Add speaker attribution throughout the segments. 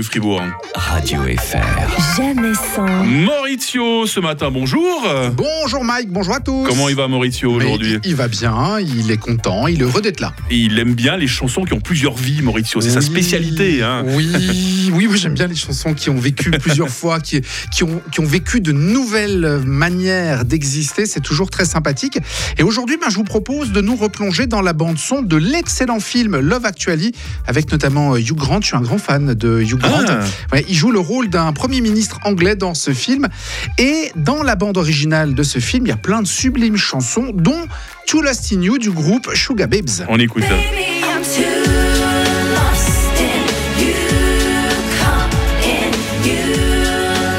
Speaker 1: de Fribourg.
Speaker 2: Radio FR.
Speaker 3: Jamais sans.
Speaker 1: Maurizio, ce matin, bonjour.
Speaker 4: Bonjour Mike, bonjour à tous.
Speaker 1: Comment il va Maurizio
Speaker 4: Mais
Speaker 1: aujourd'hui
Speaker 4: il, il va bien, il est content, il est heureux d'être là.
Speaker 1: Il aime bien les chansons qui ont plusieurs vies, Maurizio. C'est sa
Speaker 4: Oui,
Speaker 1: spécialité. hein.
Speaker 4: Oui, oui, oui, j'aime bien les chansons qui ont vécu plusieurs fois, qui, qui, ont, qui ont vécu de nouvelles manières d'exister. C'est toujours très sympathique. Et aujourd'hui, ben, je vous propose de nous replonger dans la bande-son de l'excellent film Love Actually, avec notamment euh, Hugh Grant. Je suis un grand fan de Hugh Grant.
Speaker 1: Ah,
Speaker 4: Ouais, il joue le rôle d'un premier ministre anglais dans ce film. Et dans la bande originale de ce film, il y a plein de sublimes chansons, dont To Last In You du groupe Sugar Babes.
Speaker 1: on écoute.
Speaker 5: Baby, I'm too lost in you. Come in, you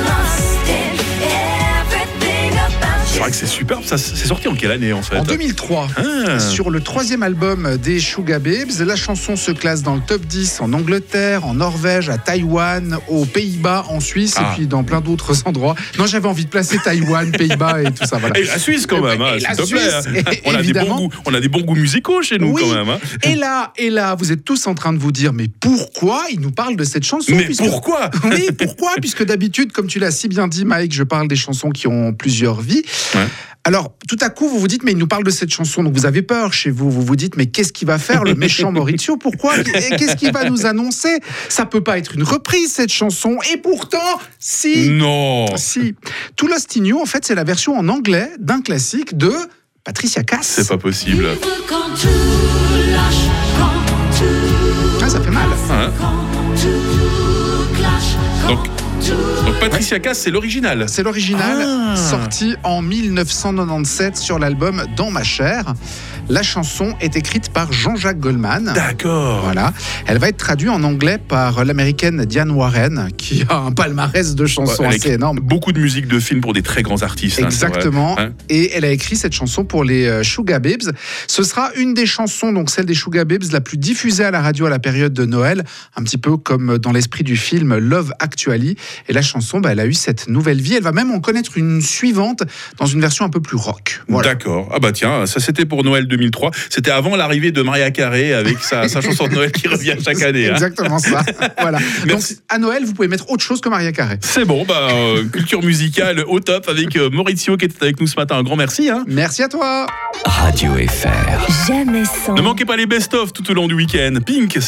Speaker 5: lost in everything about
Speaker 1: C'est
Speaker 5: you.
Speaker 1: vrai que c'est superbe. Ça, c'est sorti en quelle année en fait
Speaker 4: En 2003,
Speaker 1: Ah.
Speaker 4: sur le troisième album des Sugar Babes, la chanson se classe dans le top 10 en Angleterre, en Norvège, à Taïwan, aux Pays-Bas, en Suisse
Speaker 1: Ah.
Speaker 4: et puis dans plein d'autres endroits. Non, j'avais envie de placer Taïwan, Pays-Bas et tout ça. Voilà.
Speaker 1: Et la Suisse quand même, hein,
Speaker 4: Et la
Speaker 1: s'il te plaît.
Speaker 4: Suisse,
Speaker 1: hein. On a, des bons
Speaker 4: évidemment.
Speaker 1: goûts, on a des bons goûts musicaux chez nous
Speaker 4: Oui.
Speaker 1: quand même. hein.
Speaker 4: Et là, et là, vous êtes tous en train de vous dire, mais pourquoi il nous parle de cette chanson
Speaker 1: Mais
Speaker 4: puisque-
Speaker 1: pourquoi
Speaker 4: Oui, pourquoi Puisque d'habitude, comme tu l'as si bien dit, Mike, je parle des chansons qui ont plusieurs vies.
Speaker 1: Ouais.
Speaker 4: Alors, tout à coup, vous vous dites, mais il nous parle de cette chanson, donc vous avez peur chez vous. Vous vous dites, mais qu'est-ce qu'il va faire le méchant Maurizio Pourquoi Et Qu'est-ce qu'il va nous annoncer Ça peut pas être une reprise, cette chanson. Et pourtant, si,
Speaker 1: Non.
Speaker 4: si. To Lost in You, en fait, c'est la version en anglais d'un classique de Patricia Cass.
Speaker 1: C'est pas possible.
Speaker 5: Quand tout lâche, quand tout-
Speaker 4: Ah, ça fait mal.
Speaker 1: Hein
Speaker 5: quand tout clash, quand
Speaker 1: Donc-
Speaker 5: tout-
Speaker 1: Donc Patricia Cass, c'est l'original.
Speaker 4: C'est l'original,
Speaker 1: Ah.
Speaker 4: sorti en 1997 sur l'album Dans ma chair. La chanson est écrite par Jean-Jacques Goldman.
Speaker 1: D'accord.
Speaker 4: Voilà. Elle va être traduite en anglais par l'américaine Diane Warren, qui a un palmarès de chansons
Speaker 1: Ouais, elle
Speaker 4: assez
Speaker 1: écrit
Speaker 4: énorme.
Speaker 1: Beaucoup de musique de film pour des très grands artistes. hein, c'est vrai.
Speaker 4: Exactement.
Speaker 1: Hein
Speaker 4: Et elle a écrit cette chanson pour les euh, Sugar Babes. Ce sera une des chansons, donc celle des Sugar Babes, la plus diffusée à la radio à la période de Noël, un petit peu comme dans l'esprit du film Love Actually. Et la chanson, bah, elle a eu cette nouvelle vie. Elle va même en connaître une suivante dans une version un peu plus rock. Voilà.
Speaker 1: D'accord. Ah bah tiens, ça c'était pour Noël 2003. C'était avant l'arrivée de Maria Carré avec sa, sa chanson de Noël qui revient chaque année. hein.
Speaker 4: Exactement ça. voilà. Donc
Speaker 1: Merci.
Speaker 4: à Noël, vous pouvez mettre autre chose que Maria Carré.
Speaker 1: C'est bon, bah, euh, culture musicale au top avec euh, Maurizio qui était avec nous ce matin. Un grand merci. hein.
Speaker 4: Merci à toi.
Speaker 2: Radio FR.
Speaker 3: Jamais sans.
Speaker 1: Ne manquez pas les best-of tout au long du week-end. Pink,